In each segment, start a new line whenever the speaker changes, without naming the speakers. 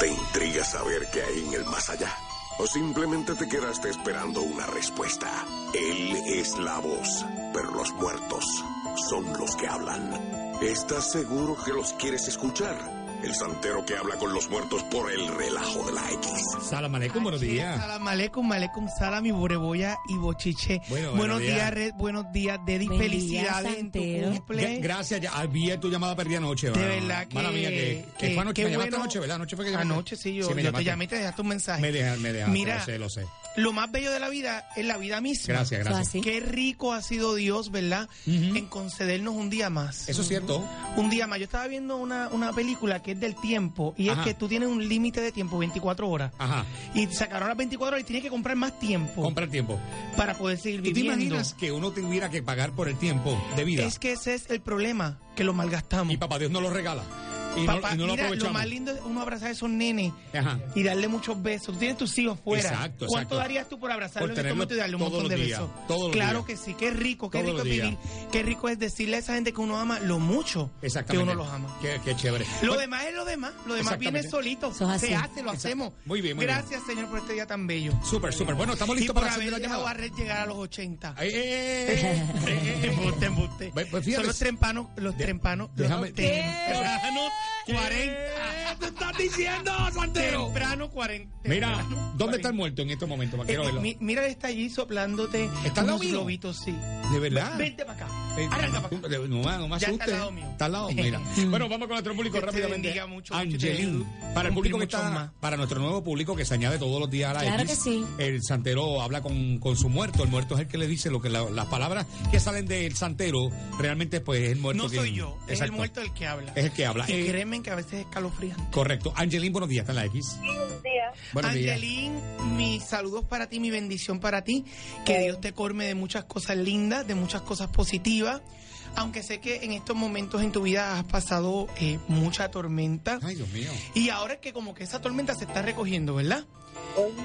¿Te intriga saber qué hay en el más allá? ¿O simplemente te quedaste esperando una respuesta? Él es la voz, pero los muertos son los que hablan. ¿Estás seguro que los quieres escuchar? El santero que habla con los muertos por el relajo de la X.
Salam aleikum, buenos días.
Salam aleikum, aleikum salam y boreboya y bochiche.
Bueno, buenos
buenos días,
días.
Red. Buenos días, Deddy.
Buen día,
Felicidades en tu
Santero.
Gra-
cumple.
gracias, ya había tu llamada perdida anoche.
De
mano.
verdad que.
Mala mía, que, que
que-
fue anoche.
qué
Me llamaste
bueno.
anoche, ¿verdad? Anoche fue que llamaste.
Anoche sí, yo,
me
yo te
llamaste.
llamé y te dejaste un mensaje.
Me dejaste, me dejaste.
Mira.
Lo sé, lo sé.
Lo más bello de la vida es la vida misma.
Gracias,
Eso
gracias.
así.
Qué rico ha sido Dios, ¿verdad?
Ujú.
En concedernos un día más.
Eso es cierto.
Un día más. Yo estaba viendo una, una película que es del tiempo y
Ajá.
es que tú tienes un límite de tiempo, 24 horas.
Ajá.
Y sacaron las 24 horas y tienes que comprar más tiempo
Comprar tiempo.
para poder seguir
¿Tú te
viviendo.
imaginas que uno tuviera que pagar por el tiempo de vida?
Es que ese es el problema, que lo malgastamos.
Y papá Dios no lo regala. Y,
Papá,
no, y no lo
mira, lo
aprovechamos.
más lindo es uno abrazar a esos nenes
Ajá.
y darle muchos besos. Tú tienes tus hijos fuera.
Exacto, exacto.
¿Cuánto darías tú por abrazarlo
Por
en este
tenerlo
momento y darle un
todos
montón de
los días,
besos?
todos los
claro
días.
que sí, qué rico, qué
Todos
rico
los
es vivir,
días.
qué rico es decirle a esa gente que uno ama lo mucho que
Exactamente.
uno los ama.
Qué, qué chévere.
Lo
Bueno,
demás es lo demás, lo demás viene
Exactamente.
solito,
Eso es
se
así.
hace, lo hacemos.
Muy bien, muy bien.
Gracias, Señor, por este día tan bello.
Súper, súper. Bueno, estamos
Y
listos
por
para hacer
haber
la
dejado a
llamada.
Red llegar a los 80.
Eh, eh, eh, eh, eh, eh.
Embuste, embuste.
Pues- pues fíjate.
Son los trempanos, los
De-
trempanos,
déjame-
los tempranos
¿Qué?
40.
¿Qué estás diciendo, Santero?
Temprano 40.
Mira, ¿dónde está el
muerto?
muerto en este estos momentos? Quiero
Eh,
verlo.
mira, está allí soplándote
¿Está al lado
unos
mío?
globitos, sí.
De verdad.
Vente para acá.
Eh,
Arranca para acá.
No, no me
Ya está
asustes.
al lado mío.
Está al lado, mira. bueno, vamos con nuestro público
Dios te
rápidamente.
bendiga mucho, mucho, te
Angelín.
ayude.
Para el
Cumplir
público que
muchos
está,
más.
para nuestro nuevo público que se añade todos los días a la
Claro
X,
que sí.
el santero habla con, con su muerto. El muerto es el que le dice lo que la- las palabras que salen del santero. Realmente, pues, es el muerto
No
quien-
soy yo, es el
Exacto.
muerto el que habla.
Es el que habla.
Y
Eh,
créeme que a veces es escalofriante.
Correcto. Angelín, buenos días. Está en la X.
Buenos días.
Buenos días.
Angelín, mis saludos para ti, mi bendición para ti.
Oh.
Que Dios te colme de muchas cosas lindas, de muchas cosas positivas. Aunque sé que en estos momentos en tu vida has pasado eh, mucha tormenta.
Ay, Dios mío.
Y ahora es que como que esa tormenta se está recogiendo, ¿verdad?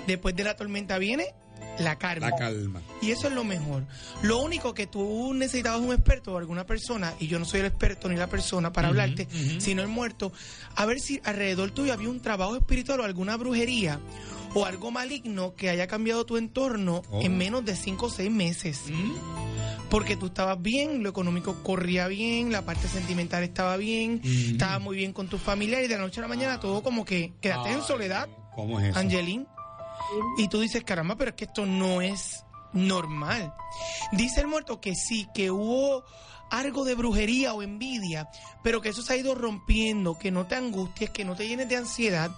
Después de la tormenta viene la carga.
Oh. La calma.
Y eso es lo mejor. Lo único que tú necesitabas un experto o alguna persona, y yo no soy el experto ni la persona para
Ujú,
hablarte,
ujú.
sino el muerto, a ver si alrededor tuyo había un trabajo espiritual o alguna brujería o algo maligno que haya cambiado tu entorno
Oh. Mm.
en menos de cinco o seis meses. Porque tú estabas bien, lo económico corría bien, la parte sentimental estaba bien,
Ujú.
estaba muy bien con tus familiares y de la noche a la mañana todo como que quedaste en
Ay,
soledad,
¿Cómo es eso?
Angelín. Y tú dices, caramba, pero es que esto no es normal. Dice el muerto que sí, que hubo algo de brujería o envidia, pero que eso se ha ido rompiendo, que no te angusties, que no te llenes de ansiedad.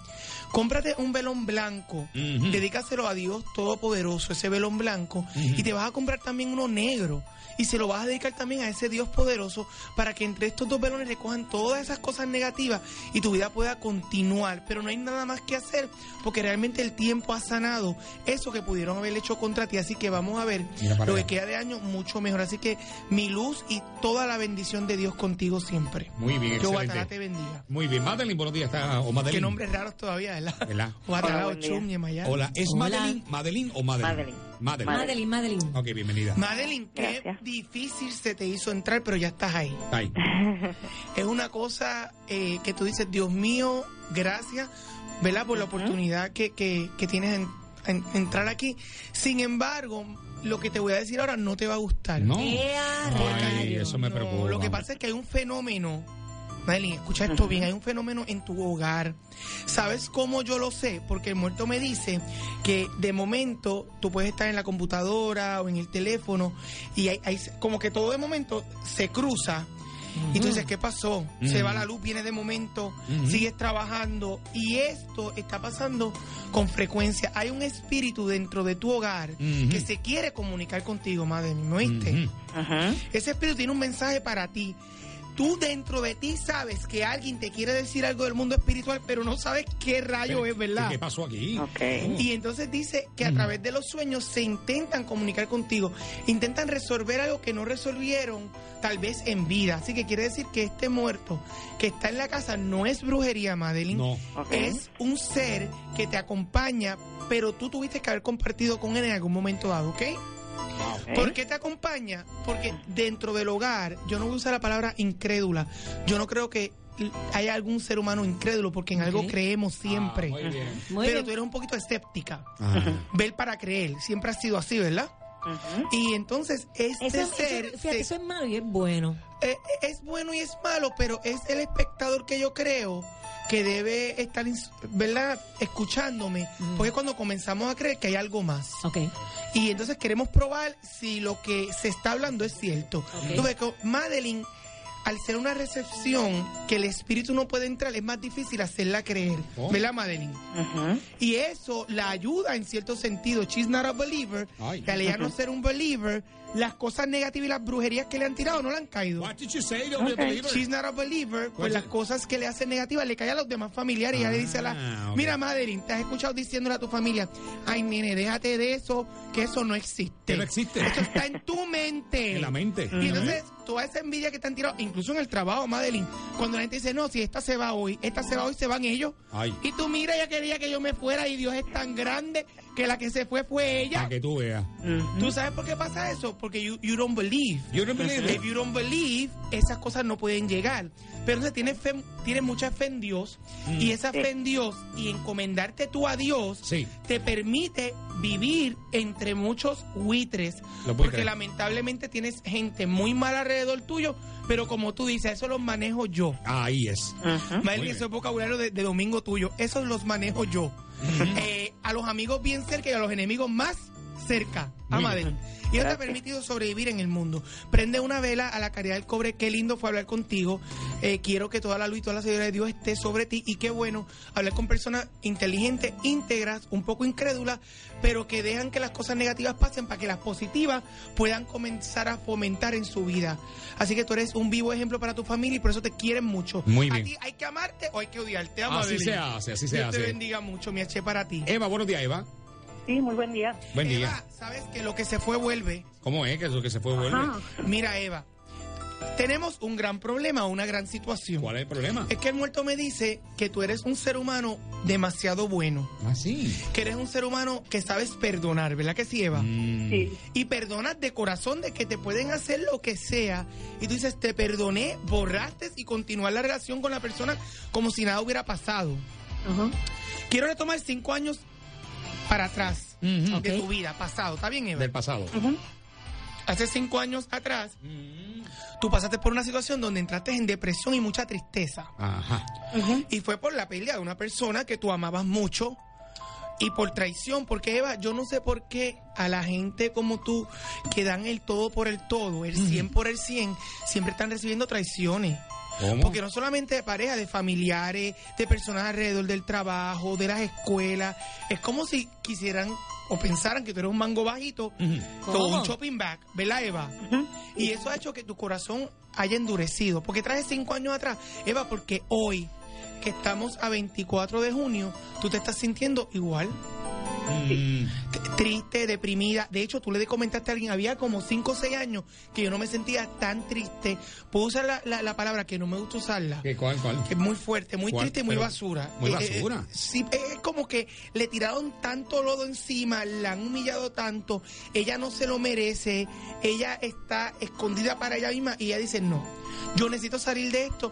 Cómprate un velón blanco,
Ujú.
dedícaselo a Dios Todopoderoso, ese velón blanco, y te vas a comprar también uno negro, y se lo vas a dedicar también a ese Dios poderoso, para que entre estos dos velones recojan todas esas cosas negativas y tu vida pueda continuar. Pero no hay nada más que hacer, porque realmente el tiempo ha sanado eso que pudieron haber hecho contra ti, así que vamos a ver
Mira para
lo que
allá.
queda de año mucho mejor. Así que mi luz y toda la bendición de Dios contigo siempre.
Muy bien,
Que Obatalá te
excelente.
bendiga.
Muy bien. Madeline, buenos días. Está, o Madeline.
Qué nombres raros todavía, ¿verdad?
¿Verdad?
Obatalá,
Hola, buen día.
Ochum, Yemayá.
Hola, ¿es
Hola.
Madeline? ¿Madeline o Madeline?
Madeline.
Madeline.
Madeline, Madeline.
Ok, bienvenida.
Madeline, qué
Gracias.
difícil se te hizo entrar, pero ya estás ahí.
Ay,
Es una cosa eh, que tú dices, Dios mío, gracias, ¿verdad? Por la oportunidad que, que- que tienes en, en- entrar aquí. Sin embargo, lo que te voy a decir ahora no te va a gustar.
no.
¡Ea,
Ay,
rayo!
eso me
No,
preocupa.
Lo que pasa es que hay un fenómeno. Madeline, escucha esto bien, hay un fenómeno en tu hogar. ¿Sabes cómo yo lo sé? Porque el muerto me dice que de momento tú puedes estar en la computadora o en el teléfono y hay, hay- como que todo de momento se cruza y tú dices, ¿qué pasó? Se
Ujú.
va la luz, viene de momento,
Ujú.
sigues trabajando y esto está pasando con frecuencia. Hay un espíritu dentro de tu hogar
Ujú.
que se quiere comunicar contigo, Madeline, ¿me oíste?
Ujú.
Ajá.
Ese espíritu tiene un mensaje para ti. Tú dentro de ti sabes que alguien te quiere decir algo del mundo espiritual, pero no sabes qué rayo
Pero,
es, ¿verdad?
¿Qué pasó aquí?
Ok.
Y entonces dice que a
Ujú.
través de los sueños se intentan comunicar contigo, intentan resolver algo que no resolvieron tal vez en vida. Así que quiere decir que este muerto que está en la casa no es brujería, Madeline.
No.
Ok.
Es un ser que te acompaña, pero tú tuviste que haber compartido con él en algún momento dado, ¿ok?
¿Eh?
Ok.
¿Por qué te acompaña? Porque dentro del hogar, yo no voy a usar la palabra incrédula. Yo no creo que hay algún ser humano incrédulo, porque en algo
Ok.
creemos siempre.
Ah,
Ah.
muy bien.
Muy
pero
bien.
tú eres un poquito escéptica.
Ajá.
Ver para creer, siempre ha sido así, ¿verdad?
Ujú.
Y entonces este
Eso, eso-
ser
fíjate,
se-
eso es malo y es bueno.
eh, es bueno y es malo, pero es el espectador que yo creo que debe estar, ins- ¿verdad?, escuchándome,
Mm.
porque es cuando comenzamos a creer que hay algo más.
Ok.
Y entonces queremos probar si lo que se está hablando es cierto.
Ok.
Tú ves que Madeline, al ser una recepción que el espíritu no puede entrar, es más difícil hacerla creer.
Oh.
¿Verdad, Madeline?
Ujú.
Y eso la ayuda en cierto sentido. She's not a believer.
Ay.
que al ella no ser un believer, las cosas negativas y las brujerías que le han tirado no le han caído.
What did you say, don't
Okay.
believe
She's not a believer, pues
Oye.
las cosas que le hacen negativas le cae a los demás familiares y ella le dice a
Ah,
la,
ok.
mira Madeline, te has escuchado diciéndole a tu familia, ay nene, déjate de eso, que eso no existe.
Que no existe.
Eso está en tu mente.
En la mente.
Y entonces, toda esa envidia que te han tirado, incluso en el trabajo, Madeline, cuando la gente dice, no, si esta se va hoy, esta se va hoy, se van ellos.
Ay.
Y tú mira, ella quería que yo me fuera y Dios es tan grande que la que se fue fue ella.
Para Ah, que tú veas.
¿Tú sabes por qué pasa eso? Porque you, you don't believe.
You don't believe it.
If you don't believe, esas cosas no pueden llegar. Pero entonces tienes, fe- tienes mucha fe en Dios y esa fe en Dios y encomendarte tú a Dios
Mm. Sí.
te permite vivir entre muchos buitres.
Los buitres.
Porque lamentablemente tienes gente muy mal alrededor tuyo, pero como tú dices, eso los manejo yo.
Ahí es. Ah, Muy
Madeline,
bien.
eso es vocabulario de, de domingo tuyo. Esos los manejo yo. Eh, a los amigos bien cerca y a los enemigos más cerca. A
Muy
Madeline. Y eso te ha permitido sobrevivir en el mundo. Prende una vela a la caridad del cobre. Qué lindo fue hablar contigo. Eh, quiero que toda la luz y toda la señora de Dios esté sobre ti. Y qué bueno hablar con personas inteligentes, íntegras, un poco incrédulas, pero que dejan que las cosas negativas pasen para que las positivas puedan comenzar a fomentar en su vida. Así que tú eres un vivo ejemplo para tu familia y por eso te quieren mucho.
Muy
A
bien.
ti hay que amarte o hay que odiarte. Ama,
Así
Belén.
se hace, así se
Dios te
hace.
bendiga mucho, mi H para ti.
Eva, buenos días, Eva.
Sí, muy buen día.
Buen
Eva,
día.
sabes que lo que se fue vuelve.
¿Cómo es que eso que se fue vuelve?
Ah,
Mira, Eva, tenemos un gran problema, una gran situación.
¿Cuál es el problema?
Es que el muerto me dice que tú eres un ser humano demasiado bueno,
Ah, sí.
que eres un ser humano que sabes perdonar, ¿verdad que sí, Eva?
Mm.
sí.
Y perdonas de corazón de que te pueden hacer lo que sea. Y tú dices, te perdoné, borraste y continuar la relación con la persona como si nada hubiera pasado.
Ajá.
Quiero retomar cinco años para atrás
Ujú.
Ok.
de tu vida, pasado. ¿Está bien, Eva?
Mm. Del pasado.
Ujú.
Hace cinco años atrás, tú pasaste por una situación donde entraste en depresión y mucha tristeza.
Ajá.
Ujú.
Y fue por la pelea de una persona que tú amabas mucho y por traición. Porque, Eva, yo no sé por qué a la gente como tú, que dan el todo por el todo, el 100 por el 100, siempre están recibiendo traiciones.
¿Cómo?
Porque no solamente de pareja, de familiares, de personas alrededor del trabajo, de las escuelas. Es como si quisieran o pensaran que tú eres un mango bajito
¿Cómo?
o un shopping bag, ¿verdad, Eva?
Ujú.
Y eso ha hecho que tu corazón haya endurecido. Porque traes cinco años atrás, Eva, porque hoy, que estamos a 24 de junio, tú te estás sintiendo igual.
Mm.
t- Triste, deprimida. De hecho, tú le comentaste a alguien, había como 5 o 6 años que yo no me sentía tan triste. Puedo usar la, la- la palabra que no me gusta usarla.
¿Qué, ¿Cuál, cuál?
Que es muy fuerte, muy
¿Cuál?
triste y muy
Pero-
basura.
muy
Eh, eh,
basura.
sí, eh, es como que le tiraron tanto lodo encima, la han humillado tanto, ella no se lo merece, ella está escondida para ella misma y ella dice, no, yo necesito salir de esto.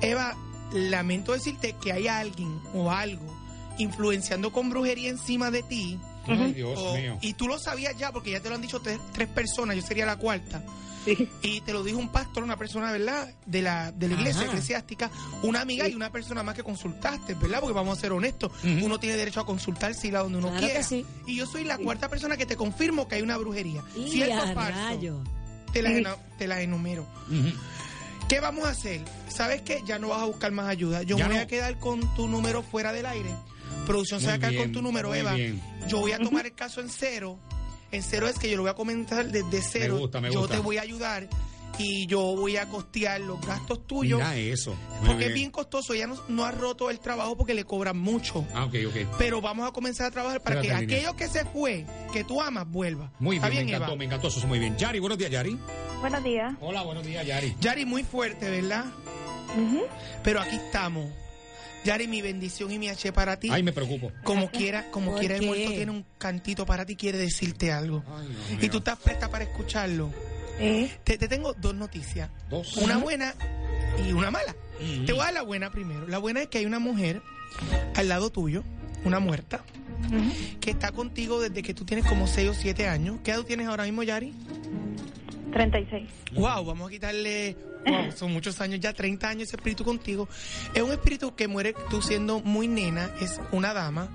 Eva, lamento decirte que hay alguien o algo influenciando con brujería encima de ti.
Ay, Dios
o-
mío.
Oh, y tú lo sabías ya porque ya te lo han dicho tres, tres personas, yo sería la cuarta.
Sí.
Y te lo dijo un pastor, una persona, ¿verdad? De la, de la iglesia
Ajá.
eclesiástica, una amiga y una persona más que consultaste, ¿verdad? Porque vamos a ser honestos,
Ujú.
uno tiene derecho a consultar si la donde uno
Claro que
quiera.
sí.
Y yo soy la cuarta persona que te confirmo que hay una brujería.
Y
si
a
es falso,
rayo.
te las ena- te las enumero.
Ujú.
¿Qué vamos a hacer? ¿Sabes qué? Ya no vas a buscar más ayuda. Yo
Ya
me voy
no.
a quedar con tu número fuera del aire. Producción se va
Muy
a quedar
bien,
con tu número,
muy
Eva.
bien.
Yo voy a tomar el caso en cero. En cero es que yo lo voy a comentar desde cero.
gusta, me
Yo
gusta.
te voy a ayudar y yo voy a costear los gastos tuyos.
Mira eso. Muy
porque es bien costoso. Ella no, no ha roto el trabajo porque le cobran mucho.
Ah, ok, ok.
Pero vamos a comenzar a trabajar para
Espérate,
que
Lina.
aquello que se fue, que tú amas, vuelva.
Muy
¿Está
bien, me
bien,
encantó,
Eva?
me encantó eso, es muy bien. Yari, buenos días, Yari.
Buenos días.
Hola, buenos días, Yari.
Yari, muy fuerte, ¿verdad?
Ujú.
Pero aquí estamos. Yari, mi bendición y mi H para ti.
Ay, me preocupo.
Como quiera, como
¿Por
quiera el
qué?
muerto tiene un cantito para ti, quiere decirte algo.
Ay, Dios
Y
mío.
tú estás presta para escucharlo.
Sí.
Eh.
Te, te tengo dos noticias.
Dos.
Una buena y una mala.
Ujú.
Te voy a dar la buena primero. La buena es que hay una mujer al lado tuyo, una muerta,
Ujú.
que está contigo desde que tú tienes como 6 o 7 años. ¿Qué edad tú tienes ahora mismo, Yari?
36.
Wow, vamos a quitarle. Wow, son muchos años, ya 30 años ese espíritu contigo. Es un espíritu que muere tú siendo muy nena, es una dama,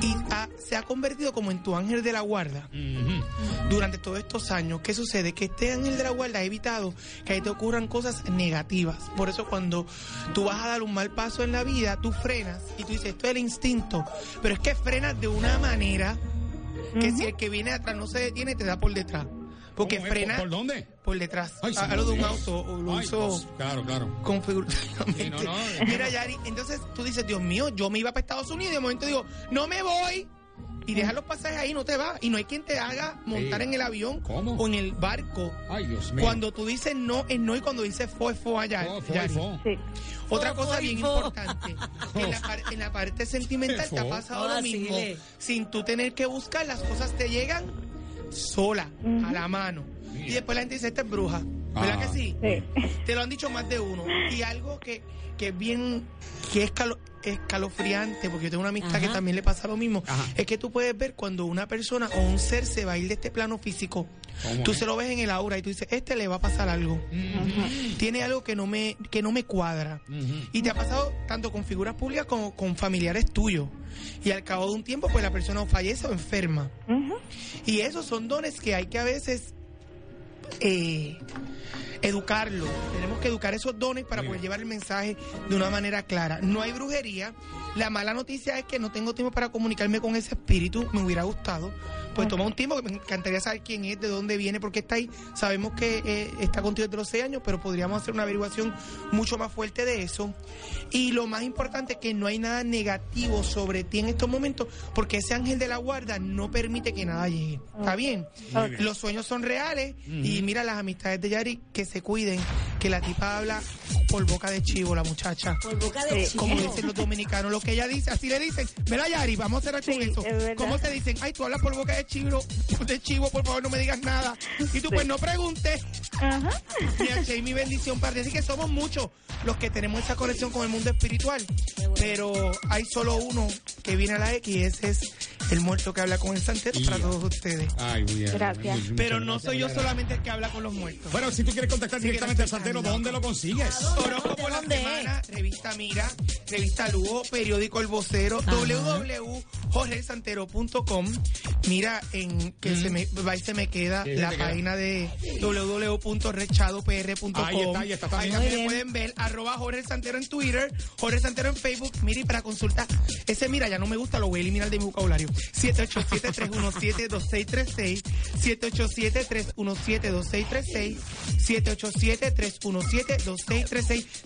y ha- se ha convertido como en tu ángel de la guarda
Ujú.
durante todos estos años, ¿qué sucede? Que este ángel de la guarda ha evitado que ahí te ocurran cosas negativas. Por eso cuando tú vas a dar un mal paso en la vida, tú frenas y tú dices, esto es el instinto. Pero es que frenas de una manera que
Ujú.
si el que viene atrás no se detiene, te da por detrás. Porque
¿Cómo es? Oh, eh, ¿Por-
frena
¿Por dónde?
por detrás.
Ay,
a, a
señor
lo de un
Dios.
auto, o lo
Ay,
hizo
pues, claro, claro.
configurativamente.
Sí, no, no,
Mira, Yari, entonces tú dices, Dios mío, yo me iba para Estados Unidos y de momento digo, no me voy. Y deja los pasajes ahí, no te vas. Y no hay quien te haga montar
Sí.
en el avión
¿Cómo? Ah,
o en el barco.
Ay, Dios mío.
Cuando tú dices no, es no. Y cuando dices fo, es fo allá.
Oh, fue,
Yari.
fue.
Sí.
Otra
Fo,
cosa
fo y
bien
fo.
importante, que en la, par- en la parte sentimental te ha
Fo.
pasado
Ah,
lo mismo.
sí, le.
Sin tú tener que buscar, las cosas te llegan sola,
Ujú.
a la mano. Y
Mira.
después la gente dice, esta es bruja. ¿Verdad
Ah.
que sí?
Sí.
Te lo han dicho más de uno. Y algo que, que es bien, que es calo- escalofriante, porque yo tengo una amistad
Ajá.
que también le pasa lo mismo,
Ajá.
es que tú puedes ver cuando una persona o un ser se va a ir de este plano físico.
¿Cómo
Tú
es?
se lo ves en el aura y tú dices, este le va a pasar algo.
Mm.
Tiene algo que no me, que no me cuadra.
Ujú.
Y te ha pasado tanto con figuras públicas como con familiares tuyos. Y al cabo de un tiempo, pues la persona o fallece o enferma.
Ujú.
Y esos son dones que hay que a veces eh, educarlo. Tenemos que educar esos dones para
Muy
poder
bien.
llevar el mensaje de una manera clara. No hay brujería. La mala noticia es que no tengo tiempo para comunicarme con ese espíritu. Me hubiera gustado. Pues toma un tiempo, que me encantaría saber quién es, de dónde viene, por qué está ahí. Sabemos que eh, está contigo desde los seis años, pero podríamos hacer una averiguación mucho más fuerte de eso. Y lo más importante es que no hay nada negativo sobre ti en estos momentos, porque ese ángel de la guarda no permite que nada llegue. ¿Está bien?
Muy bien.
Los sueños son reales y mira las amistades de Yari que se cuiden, que la tipa habla por boca de chivo, la muchacha.
Por boca de
Sí,
chivo.
Como
este
dicen los dominicanos, lo que ella dice, así le dicen, mira Yari, vamos a cerrar con
Sí,
eso.
es verdad.
¿Cómo te dicen? Ay, tú hablas por boca de chivo, de chivo, por favor no me digas nada. Y tú pues no preguntes.
Ajá.
Mira, Che, mi bendición, Padre. Así que somos muchos los que tenemos esa conexión con el mundo espiritual. Pero hay solo uno que viene a la X y ese es el muerto que habla con el santero
Y-
para todos ustedes.
Ay, muy bien.
Gracias.
Muy bien,
Pero
muchas
no
gracias,
soy yo
Mayra.
solamente el que habla con los muertos.
Bueno, si tú quieres contactar
Sí,
directamente al
gracias,
santero,
Camila.
¿dónde lo consigues?
Horóscopo La
¿Dónde es?
Semana, Revista Mira, Revista Lugo, Periódico El Vocero, www.jorgesantero.com. Mira, en que se me, va y se me queda
Mm. Sí, se
la
te queda.
página de www.rechadopr.com.
Ahí está, ahí está
Ahí
también.
también
Muy
pueden ver arroba Jorge Santero en Twitter, Jorge Santero en Facebook. Mira, y para consulta, ese mira, ya no me gusta, lo voy a eliminar de mi vocabulario. 787-317-2636, 787-317-2636, 787-317-2636.